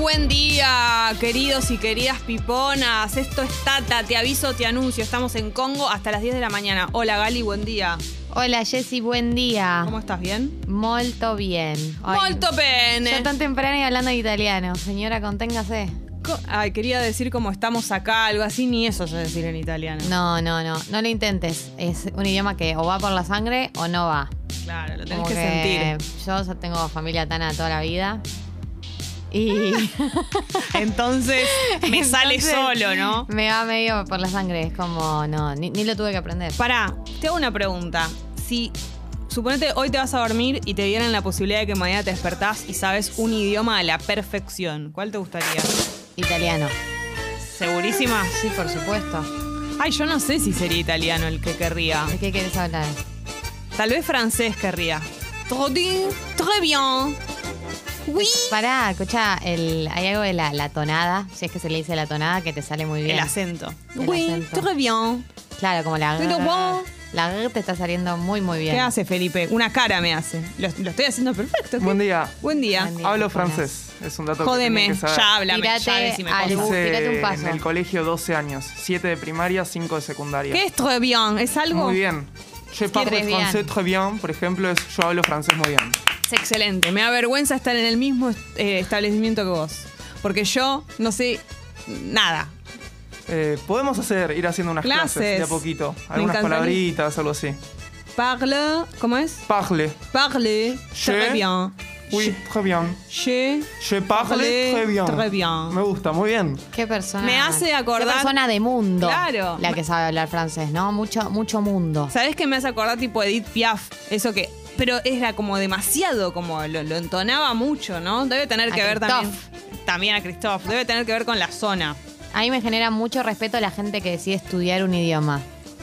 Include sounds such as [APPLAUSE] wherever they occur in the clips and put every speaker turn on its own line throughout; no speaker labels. buen día, queridos y queridas piponas. Esto es Tata, te aviso, te anuncio. Estamos en Congo hasta las 10 de la mañana. Hola Gali, buen día.
Hola Jessy, buen día.
¿Cómo estás? ¿Bien?
Molto bien. Ay,
¡Molto ¿eh?
Yo
bene!
tan temprano y hablando italiano. Señora, conténgase.
Co- Ay, quería decir como estamos acá, algo así, ni eso sé decir en italiano.
No, no, no. No lo intentes. Es un idioma que o va por la sangre o no va.
Claro, lo tenés
Como
que,
[LAUGHS]
sentir.
Yo ya tengo familia tana toda la vida. Y [LAUGHS]
Entonces me sale
Entonces,
solo, ¿no?
me va medio por la sangre. Es como, no, ni, ni lo tuve que aprender.
Pará, te hago una pregunta. Si suponete hoy te vas a dormir y te dieran la posibilidad de que mañana te despertás y sabes un idioma a la perfección, ¿cuál te gustaría?
Italiano.
¿Segurísima?
Sí, por supuesto.
Ay, yo no sé si sería italiano el que querría.
¿De qué quieres hablar?
Tal vez francés querría. Très bien, très bien. Oui.
Pará, escucha, el, hay algo de la, la tonada, si es que se le dice la tonada, que te sale muy bien.
El acento.
El
oui,
acento.
très bien.
Claro, como la
Pero vos-
La G te está saliendo muy, muy bien.
¿Qué hace Felipe? Una cara me hace. Lo, lo estoy haciendo perfecto. ¿qué?
Buen día.
Buen día.
Buen día.
Hablo
Nicolás.
francés. Es un dato
Jódeme,
que tienen que saber.
ya háblame, ya
Tírate
decime
al-
cosas.
Hice
Tírate un paso.
En el colegio 12 años, 7 de primaria, 5 de secundaria.
¿Qué es très bien? ¿Es algo?
Muy bien. Je parle
très bien.
français très bien, por ejemplo, es yo hablo francés muy bien.
Es excelente. Me da vergüenza estar en el mismo eh, establecimiento que vos. Porque yo no sé nada.
Eh, podemos hacer, ir haciendo unas clases,
Clases.
de a poquito.
Me
Algunas
encantaría.
palabritas, algo así.
Parle. ¿Cómo es?
Parle.
Parle.
Je-
Très bien.
Oui, très bien.
Je.
Je parle très bien.
Très bien.
Me gusta, muy bien.
Qué persona.
Me hace acordar-
Qué persona de mundo.
Claro.
La que sabe hablar francés, ¿no? Mucho, mucho mundo.
¿Sabés qué me hace acordar tipo Edith Piaf? Eso que. Pero era como demasiado, como lo, lo entonaba mucho, ¿no? Debe tener
A
que ver también.
Christoph.
También a Christoph. Debe tener que ver con la zona.
A mí me genera mucho respeto la gente que decide estudiar un idioma.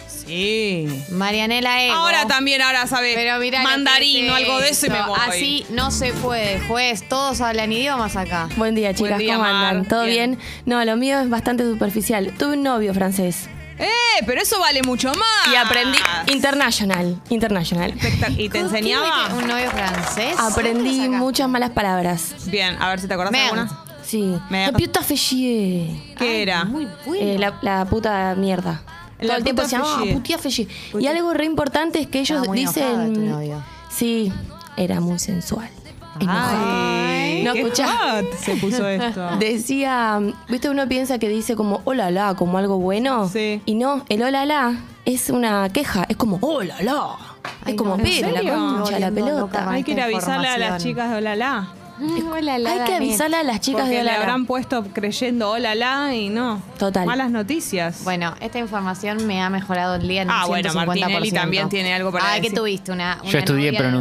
Sí.
Marianela Ego.
Eh, Ahora también, ahora sabe
Pero mirá lo que
mandarín
es
o algo de ese
esto. Ah,
me voy.
Así no se puede, juez. Todos hablan idiomas acá.
Buen día, chicas.
Buen día,
¿Cómo
Mar.
andan? ¿Todo
Bien.
bien. No, lo mío es bastante superficial. Tuve un novio francés
¡Eh! Pero eso vale mucho más.
y aprendí international. International.
Espectac- ¿Y te enseñaba?
¿Un novio francés?
Aprendí
Acá.
muchas malas palabras.
Bien, a ver si te acordás de
Merde.
alguna.
Sí.
Me-
La puta fechie.
¿Qué era?
Muy bueno.
Eh, la, la puta mierda.
La
Todo el tiempo
puta
se llamaba
fechie.
putia fechie. Y algo re importante es que ellos
Estaba muy enojado de tu
dicen.
novio.
Sí, era muy sensual.
Ah.
Enojado.
Ay,
No
qué
escuchá.
hot se puso
[LAUGHS]
esto.
Decía, viste, uno piensa que dice como hola la como algo bueno.
Sí.
Y no, el hola la es una queja, es como hola la.
Ay,
Es como
no, ¿en
pero la
serio?
concha, la
Volviendo
pelota.
loca.
Hay que ir a avisarle a las
información.
chicas de Olala.
Hola,
Hay que avisarle a las chicas
porque
de
le
hola
habrán
la.
puesto creyendo Olala y no.
Total.
Malas noticias.
Bueno, esta información me ha mejorado el día en
Ah,
un
bueno,
150%.
Martinelli también tiene algo para
ah,
decir.
que tuviste una,
Yo estudié
pronunciación.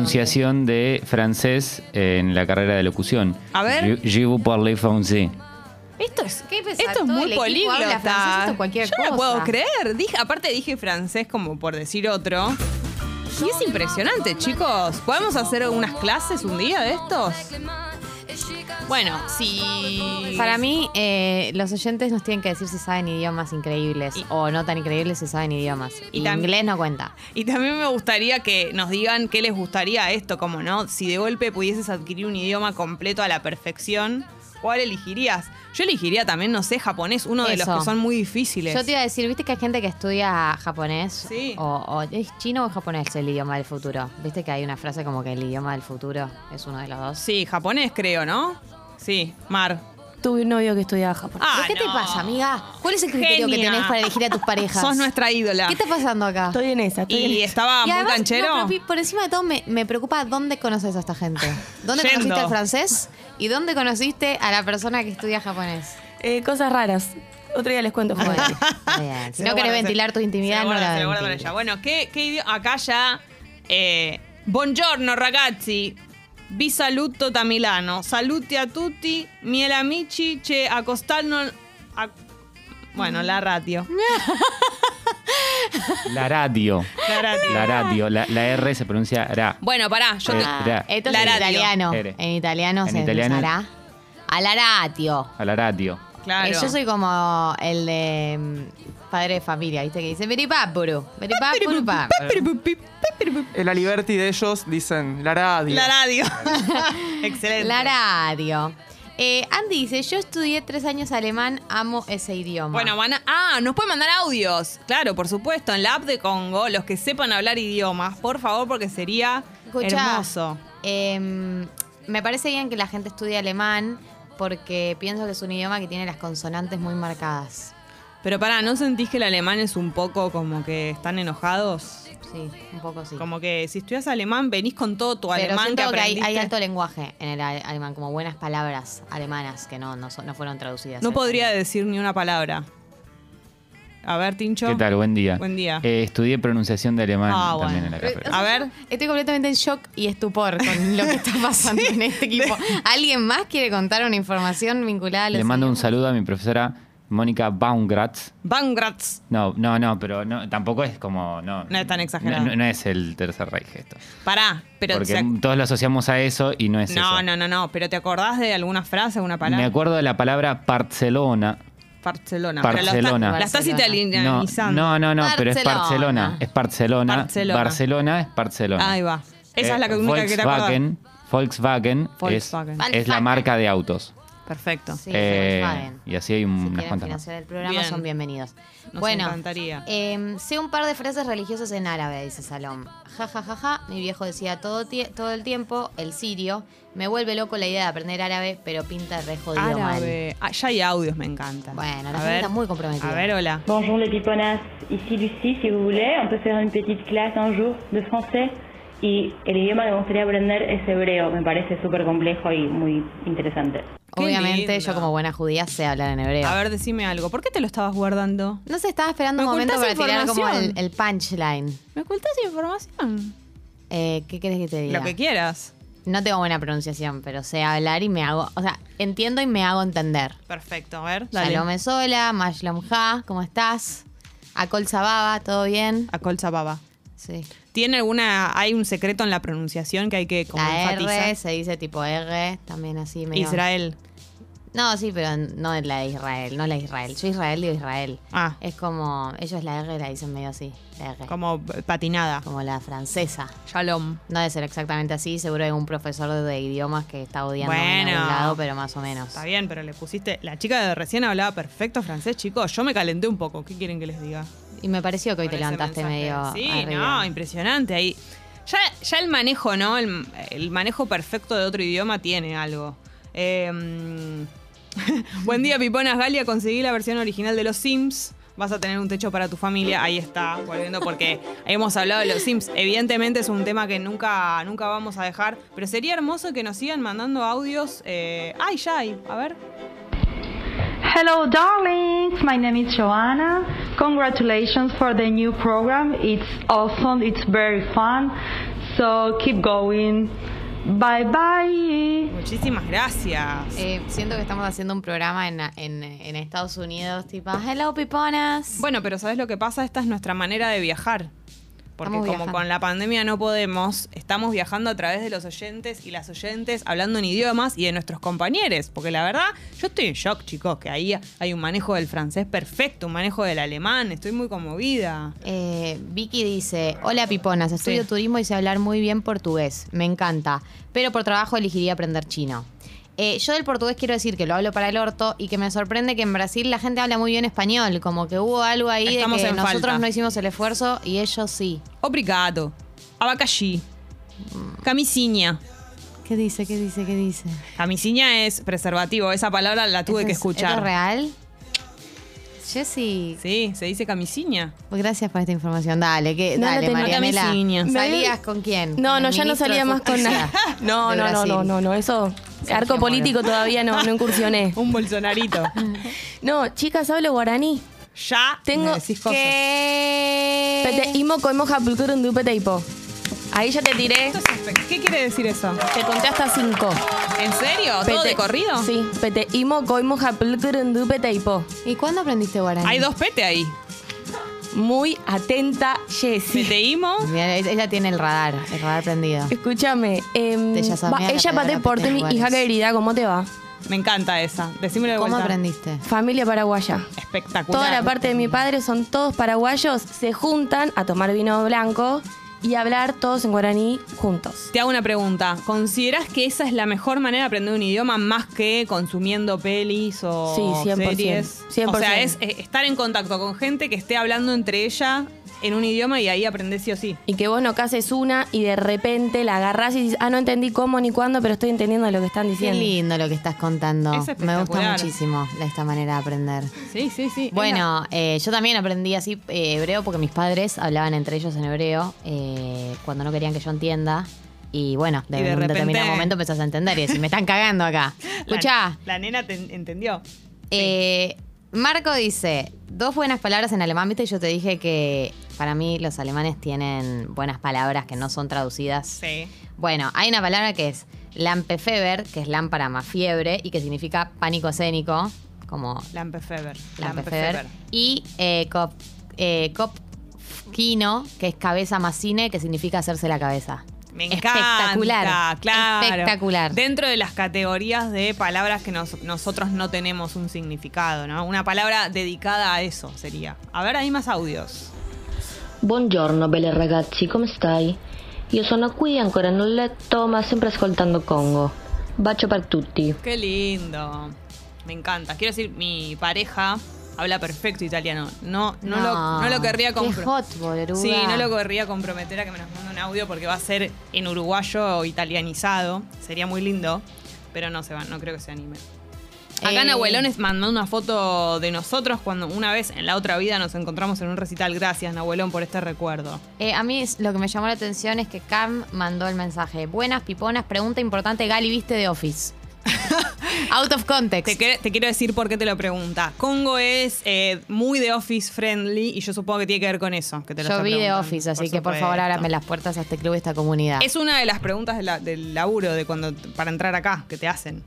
pronunciación de francés en la carrera de locución.
A ver.
Je, je vous parle français.
Esto es, ¿qué pensás?
Esto es
Todo
muy
el equipo habla
políglota.
francés, esto es cualquier
Yo
cosa.
no puedo creer. Dije, aparte dije francés como por decir otro. Y es impresionante, chicos. ¿Podemos hacer unas clases un día de estos? Bueno, sí.
Para mí, eh, los oyentes nos tienen que decir si saben idiomas increíbles
Y-
o no tan increíbles si saben idiomas.
Y
Y,
tam-
inglés no cuenta.
Y también me gustaría que nos digan qué les gustaría esto, como no, si de golpe pudieses adquirir un idioma completo a la perfección, ¿cuál elegirías? Yo elegiría también, no sé, japonés, uno de los
Eso.
que son muy difíciles.
Yo te iba a decir, viste que hay gente que estudia japonés.
Sí.
O, o- es chino o japonés el idioma del futuro. Viste que hay una frase como que el idioma del futuro es uno de los dos.
Sí, japonés creo, ¿no? Sí, Mar.
Tuve un novio que estudiaba japonés.
Ah,
¿Pero ¿Qué
no.
te pasa, amiga? ¿Cuál es el criterio que
Genia.
tenés para elegir a
[LAUGHS]
tus parejas?
Sos nuestra ídola.
¿Qué está pasando acá?
Estoy en esa, estoy en
y
esa.
estaba
Y
muy
además,
canchero.
no, pero pi- por encima de todo, me, me preocupa dónde conoces a esta gente. ¿Dónde
Yendo.
conociste al francés? ¿Y dónde conociste a la persona que estudia japonés?
Eh, cosas raras. Otro día les cuento.
Bueno,
fuera.
[LAUGHS]
está bien.
Se
Si [LAUGHS] no
lo
querés
guarda, se-
ventilar tu
se
intimidad,
lo
no
guarda,
la
se lo guarda para
ventiles.
ella. Bueno, ¿qué, qué idi- Acá ya. eh, buongiorno, ragazzi. Vi saluto da Milano. Saluti a tutti, miel amici, che acostarno. a- Bueno, la ratio. [LAUGHS]
La radio.
La ratio.
La radio. La, la R se pronuncia ra.
Bueno, pará, yo
Eh,
te-
Ah,
Era-
esto es
La
en
radio.
italiano.
Ere.
En italiano
En
se
italiano-
usará. Alaratio.
A la radio.
Claro.
Eh, yo soy como el de mm, padre de familia, ¿viste? Que dice veripapuru.
[LAUGHS]
Veripapuru pa.
El Aliberti de ellos dicen la radio.
La radio. [LAUGHS] Excelente.
La radio. Eh, Andy dice, yo estudié tres años alemán, amo ese idioma.
Bueno, van a- ah, nos pueden mandar audios. Claro, por supuesto, en la app de Congo, los que sepan hablar idiomas, por favor, porque sería
Escuchá,
hermoso.
eh, me parece bien que la gente estudie alemán porque pienso que es un idioma que tiene las consonantes muy marcadas.
Pero pará, ¿no sentís que el alemán es un poco como que están enojados?
Sí, un poco sí.
Como que si estudias alemán, venís con todo tu
Pero
alemán que
siento que, hay,
aprendiste.
hay alto lenguaje en el ale- alemán, como buenas palabras alemanas que no, no, son- no fueron traducidas. ¿eh?
no
al
podría
español.
decir ni una palabra. A ver, Tincho.
¿Qué tal? Buen día.
Buen día.
Eh, estudié pronunciación de alemán
Ah, bueno.
también en la carrera.
A ver.
Estoy completamente en shock y estupor con lo
[LAUGHS]
que está pasando en este equipo. ¿Alguien más quiere contar una información vinculada a los
Le mando un saludo a mi profesora Mónica Baumgratz.
Bangratz.
No, no, no, pero no, tampoco es como. No,
No es tan exagerado.
No, no- no es el tercer Reich esto.
Pará, pero
Porque
se ac-
todos lo asociamos a eso y no es eso.
No, no, no, no. Pero ¿te acordás de alguna frase, alguna
Me
palabra?
acuerdo de la palabra Barcelona.
Barcelona.
Barcelona.
Pero la estás
Barcelona.
No,
italianizando.
no, no, no, pero es
Barcelona.
Barcelona. Es Barcelona.
Barcelona.
Barcelona es Barcelona.
Ahí va. Esa es la
Eh,
que única que te acordás.
Volkswagen, Volkswagen, es-
Volkswagen.
Es, la
Volkswagen.
marca de autos.
Perfecto.
Sí,
Eh,
Volkswagen.
y así hay
Si
un- unas
quieren
cuantas más.
financiar el programa,
Bien.
son bienvenidos.
Nos
bueno,
encantaría.
eh, sé un par de frases religiosas en árabe, dice Salom. Ja, ja, ja, ja. Mi viejo decía todo, tie- todo el tiempo, el sirio. Me vuelve loco la idea de aprender árabe, pero pinta re jodido mal.
Árabe. Ah, ya hay audios, me encanta.
Bueno,
A
la gente
ver.
está muy comprometida.
A ver, hola.
Bonjour les piponasses, ici Lucie si vous voulez, on peut faire une petite clase un jour de français y el idioma que me gustaría aprender es hebreo, me parece súper complejo y muy interesante.
Qué
Obviamente,
lindo.
yo como buena judía sé hablar en hebreo.
A ver, decime algo. ¿Por qué te lo estabas guardando?
No sé, estaba esperando
¿Me
un momento para
ocultás
tirar como el,
información?
el punchline.
¿Me ocultas información?
Eh, ¿Qué querés que te diga?
Lo que quieras.
No tengo buena pronunciación, pero sé hablar y me hago. O sea, entiendo y me hago entender.
Perfecto, a ver. Dale.
Salome Sola, Mashlom Ha, ¿cómo estás? Acol Sababa, ¿todo bien?
A Colza Baba.
Sí.
¿Tiene alguna. Hay un secreto en la pronunciación que hay que como
La R
enfatizar?
se dice tipo R, también así medio.
Israel.
No, sí, pero no es la de Israel, no la de Israel. Yo Israel digo Israel.
Ah,
Es como, ellos la R la dicen medio así, la R.
como patinada.
Como la francesa.
Shalom.
No debe ser exactamente así, seguro hay un profesor de idiomas que está odiando en
Bueno.
algún lado, pero más o menos.
Está bien, pero le pusiste. La chica de recién hablaba perfecto francés, chicos. Yo me calenté un poco. ¿Qué quieren que les diga?
Y me pareció que hoy te
con ese
levantaste medio.
mensaje. Sí,
arriba.
no, impresionante. Ahí. Ya, ya el manejo, ¿no? El, el manejo perfecto de otro idioma tiene algo. Eh, mm. [LAUGHS] buen día, Piponas Galia. Conseguí la versión original de Los Sims. Vas a tener un techo para tu familia. Ahí está, volviendo porque hemos hablado de los Sims. Evidentemente es un tema que nunca, nunca vamos a dejar. Pero sería hermoso que nos sigan mandando audios. eh, ay, ya hay. A ver.
Hello, darlings. My name is Joanna. Congratulations for the new program. It's awesome. It's very fun. So keep going. Bye bye.
Muchísimas gracias.
Eh, siento que estamos haciendo un programa en, en- en Estados Unidos, tipo, hello piponas.
Bueno, pero ¿sabes lo que pasa? Esta es nuestra manera de viajar. Porque
Estamos
como
viajando.
con la pandemia no podemos, estamos viajando a través de los oyentes y las oyentes, hablando en idiomas y de nuestros compañeros. Porque la verdad, yo estoy en shock, chicos, que ahí hay un manejo del francés perfecto, un manejo del alemán, estoy muy conmovida.
Eh, Vicky dice, hola piponas, estudio
Sí.
turismo y sé hablar muy bien portugués, me encanta, pero por trabajo elegiría aprender chino. Eh, yo del portugués quiero decir que lo hablo para el orto y que me sorprende que en Brasil la gente habla muy bien español, como que hubo algo ahí
Estamos
de que
en
nosotros
falta.
no hicimos el esfuerzo y ellos sí.
Obrigado. Abacaxi. Camisinha.
¿Qué dice? ¿Qué dice? ¿Qué dice?
Camisinha es preservativo, esa palabra la tuve
¿Esto
que
es- ¿esto es
escuchar.
real? Jessy,
Sí, se dice camisinha.
Pues Gracias por esta información. Dale, que
No la
dale,
tengo.
Marianela.
Camisinha.
Me
¿Salías
había-
con quién?
No,
Con
no,
el
ya no
ministro de
salía más con
Justicia
nada. [LAUGHS] No,
de
no, no,
Brasil.
no, no, no, eso. Arco
Moro.
político todavía
[LAUGHS]
no, no incursioné.
[LAUGHS] Un bolsonarito.
No, chicas, hablo guaraní.
ya
Tengo
me decís cosas.
Pete imo coimoja pulcurundu peteipo. Ahí ya te tiré,
Esto es espe- ¿Qué quiere decir eso?
te conté hasta cinco.
¿En serio? ¿Todo
Pete-
de corrido?
Sí, pete imo coimoja pulcurundu peteipo.
¿Y cuándo aprendiste guaraní?
Hay dos pete ahí.
Muy atenta, Jessie.
Peteímo.
Mira, ella tiene el radar, el radar prendido.
Escúchame, em,
Te ya sabía
va-
la
ella va de
palabra
porte, mi
Pete
hija
Juárez.
querida, ¿cómo te va?
Me encanta esa. Decímelo de
¿Cómo
vuelta.
aprendiste?
Familia paraguaya.
Espectacular.
Toda la parte de mi padre son todos paraguayos, se juntan a tomar vino blanco y hablar todos en guaraní juntos.
Te hago una pregunta. ¿Consideras que esa es la mejor manera de aprender un idioma más que consumiendo pelis o
Sí, 100%,
series? O
100%.
sea, es eh, estar en contacto con gente que esté hablando entre ella en un idioma y ahí aprendes sí o sí.
Y que vos no cases una y de repente la agarrás y dices, ah, no entendí cómo ni cuándo, pero estoy entendiendo lo que están
Qué
diciendo.
lindo lo que estás contando.
Es
Me
espectacular.
gusta muchísimo la- esta manera de aprender.
Sí, sí, sí.
Bueno, eh, yo también aprendí así eh, hebreo porque mis padres hablaban entre ellos en hebreo eh, cuando no querían que yo entienda. Y bueno, de,
Y de
un
repente-
determinado momento empezás a entender y decís, me están cagando acá.
[LAUGHS]
La-
Escuchá,
La, nena te en- entendió.
eh, Marco dice, dos buenas palabras en alemán, viste, yo te dije que para mí los alemanes tienen buenas palabras que no son traducidas.
Sí.
Bueno, hay una palabra que es lampefeber, que es lámpara más fiebre y que significa pánico escénico, como
Lampefeber.
lampefeber. Y eh, cop, eh, kopfkino, que es cabeza más cine, que significa hacerse la cabeza.
Me
Espectacular.
encanta, claro.
Espectacular.
Dentro de las categorías de palabras que nos- nosotros no tenemos un significado, ¿no? Una palabra dedicada a eso sería. A ver, hay más audios.
Buongiorno belle ragazzi, come stai? Io sono qui ancora nel letto ma sempre ascoltando Congo. Bacio per tutti.
Qué lindo. Me encanta. Quiero decir, mi pareja habla perfecto italiano. No, no, lo, no lo querría
Qué
comprometer.
hot, boluda.
Sí, no lo querría comprometer a que me nos mande un audio porque va a ser en uruguayo o italianizado. Sería muy lindo, pero no se va, no creo que se anime. Acá
Eh.
en Nahuelones mandó una foto de nosotros cuando una vez en la otra vida nos encontramos en un recital. Gracias, Nahuelón, por este recuerdo.
Eh, a mí es- lo que me llamó la atención es que Cam mandó el mensaje. Buenas piponas, pregunta importante, Gali, ¿viste de
[LAUGHS]
Office? Out of context.
Te, que- te quiero decir por qué te lo pregunta. Congo es eh, muy de office friendly y yo supongo que tiene que ver con eso. Que te lo
Yo
está
vi de
preguntando,
Office, así que por favor
supuesto.
ábrame las puertas a este club, a esta comunidad.
Es una de las preguntas de la- del laburo de cuando para entrar acá que te hacen.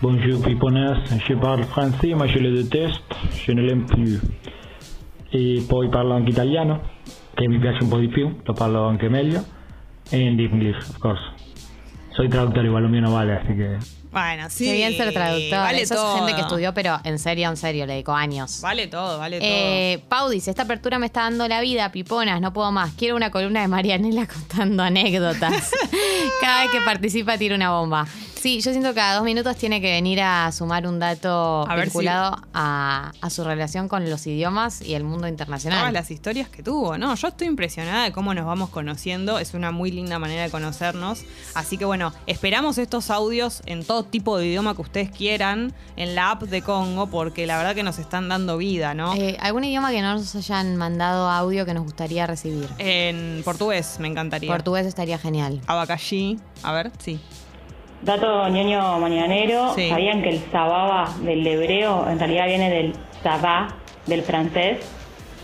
Bonjour Piponas, je parle français, mais je le déteste, je ne l'aime plus. E poi parlo anche italiano, che mi piace un po' di più, lo parlo anche meglio, e in English, of course. Soy traduttore, igual lo mio non vale, así que...
Bueno, sí.
Qué bien ser traductor.
Vale
Eso
todo.
es gente que estudió, pero en serio, en serio, le dedicó años.
Vale todo, vale
Eh, Pau dice, esta apertura me está dando la vida, piponas, no puedo más. Quiero una columna de Marianela [LAUGHS] contando anécdotas.
[LAUGHS]
cada vez que participa tira una bomba. Sí, yo siento que cada dos minutos tiene que venir a sumar un dato
A ver si-
vinculado a, a su relación con los idiomas y el mundo
todo.
internacional.
Todas las historias que tuvo, ¿no? Yo estoy impresionada de cómo nos vamos conociendo. Es una muy linda manera de conocernos. Así que bueno, esperamos estos audios en todo tipo de idioma que ustedes quieran en la app de Congo, porque la verdad que nos están dando vida, ¿no?
Eh, ¿Algún idioma que no nos hayan mandado audio que nos gustaría recibir?
Eh, En portugués me encantaría.
Portugués estaría genial.
Abacaxi. A ver, sí.
Dato ñoño mañanero,
Sí.
¿sabían que el sababa del hebreo en realidad viene del sabá del francés?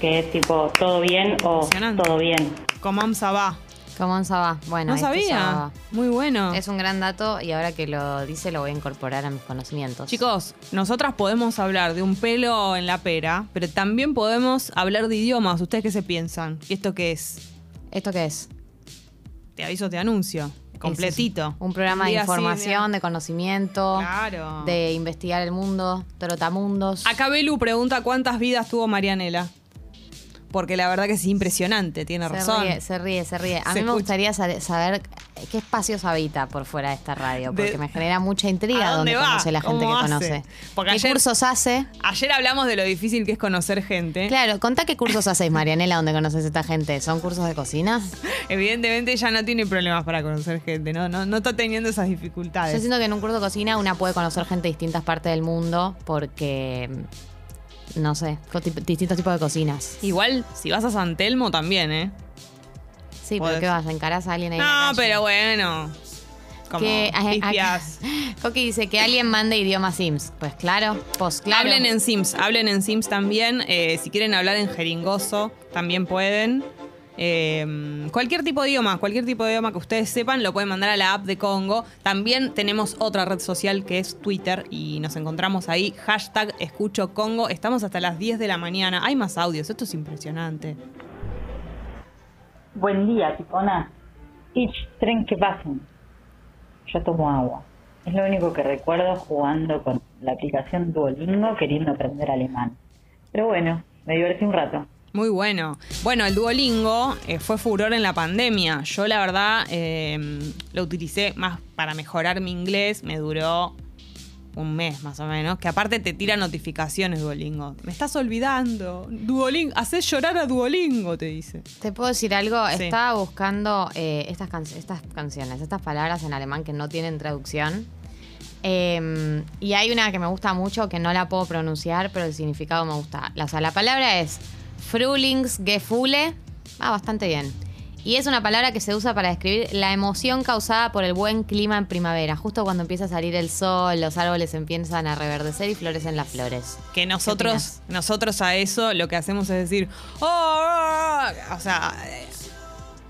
Que es tipo todo bien o
Impresionante.
todo bien.
Comam sabá.
¿Cómo va? Bueno,
No
este
sabía.
Saba.
Muy bueno.
Es un gran dato y ahora que lo dice lo voy a incorporar a mis conocimientos.
Chicos, nosotras podemos hablar de un pelo en la pera, pero también podemos hablar de idiomas. ¿Ustedes qué se piensan? ¿Y esto qué es?
¿Esto qué es?
Te aviso, te anuncio. Completito.
Es Un programa de
Día sí,
información,
día-
de conocimiento,
Claro. Ah,
de investigar el mundo, trotamundos.
Acá Belu pregunta cuántas vidas tuvo Marianela. Porque la verdad que es impresionante, tiene
se
razón.
ríe, se ríe, se ríe. A
Se
mí me
escucha.
gustaría sa- saber qué espacios habita por fuera de esta radio, porque
De-
me genera mucha
¿A
intriga
dónde
dónde
va?
conoce la gente que
¿Cómo hace?
conoce.
Porque
¿Qué
ayer-
cursos hace?
Ayer hablamos de lo difícil que es conocer gente.
Claro, contá qué cursos haces, Marianela, donde conoces a esta gente. ¿Son cursos de cocina?
Evidentemente ella no tiene problemas para conocer gente, ¿no? No, no está teniendo esas dificultades.
Yo siento que en un curso de cocina una puede conocer gente de distintas partes del mundo porque, mm, no sé, con tip- distintos tipos de cocinas.
Igual, si vas a San Telmo también, ¿eh?
Sí,
Podés.
pero ¿qué vas? ¿Encarás a alguien ahí? en la
No,
calle?
pero bueno. Como
Que, a- a-
pispias.
Coqui dice que alguien mande idioma Sims. Pues claro, pues [LAUGHS] claro.
Hablen en Sims, hablen en Sims también. Eh, si quieren hablar en jeringoso, también pueden. Eh, cualquier tipo de idioma, cualquier tipo de idioma que ustedes sepan, lo pueden mandar a la app de Congo. También tenemos otra red social que es Twitter y nos encontramos ahí. Hashtag escucho Congo. Estamos hasta las 10 de la mañana. Hay más audios, esto es impresionante.
Buen día, Tipona. Ich trinke Waffen. Yo tomo agua. Es lo único que recuerdo jugando con la aplicación Duolingo queriendo aprender alemán. Pero bueno, me divertí un rato.
Muy bueno. Bueno, el Duolingo eh, fue furor en la pandemia. Yo la verdad eh, lo utilicé más para mejorar mi inglés. Me duró un mes más o menos. Que aparte te tira notificaciones Duolingo. Me estás olvidando. Duolingo, haces llorar a Duolingo, te dice.
Te puedo decir algo,
Sí.
estaba buscando eh, estas, can- estas canciones, estas palabras en alemán que no tienen traducción. Eh, y hay una que me gusta mucho que no la puedo pronunciar, pero el significado me gusta. La, o sea, la palabra es Frühlingsgefühle. Va bastante bien. Y es una palabra que se usa para describir la emoción causada por el buen clima en primavera, justo cuando empieza a salir el sol, los árboles empiezan a reverdecer y florecen las flores.
Que nosotros, nosotros a eso lo que hacemos es decir, "Oh, oh, oh", o sea, eh,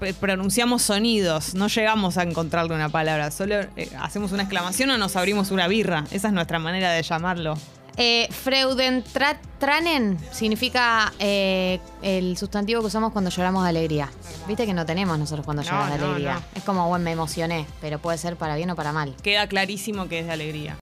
pre- pronunciamos sonidos, no llegamos a encontrarle una palabra, solo eh, hacemos una exclamación o nos abrimos una birra. Esa es nuestra manera de llamarlo.
Eh, Freudentranen significa eh, el sustantivo que usamos cuando lloramos de alegría. Viste que no tenemos nosotros cuando
No,
lloramos de
no,
alegría.
no.
Es como, bueno, me emocioné, pero puede ser para bien o para mal.
Queda clarísimo que es de alegría.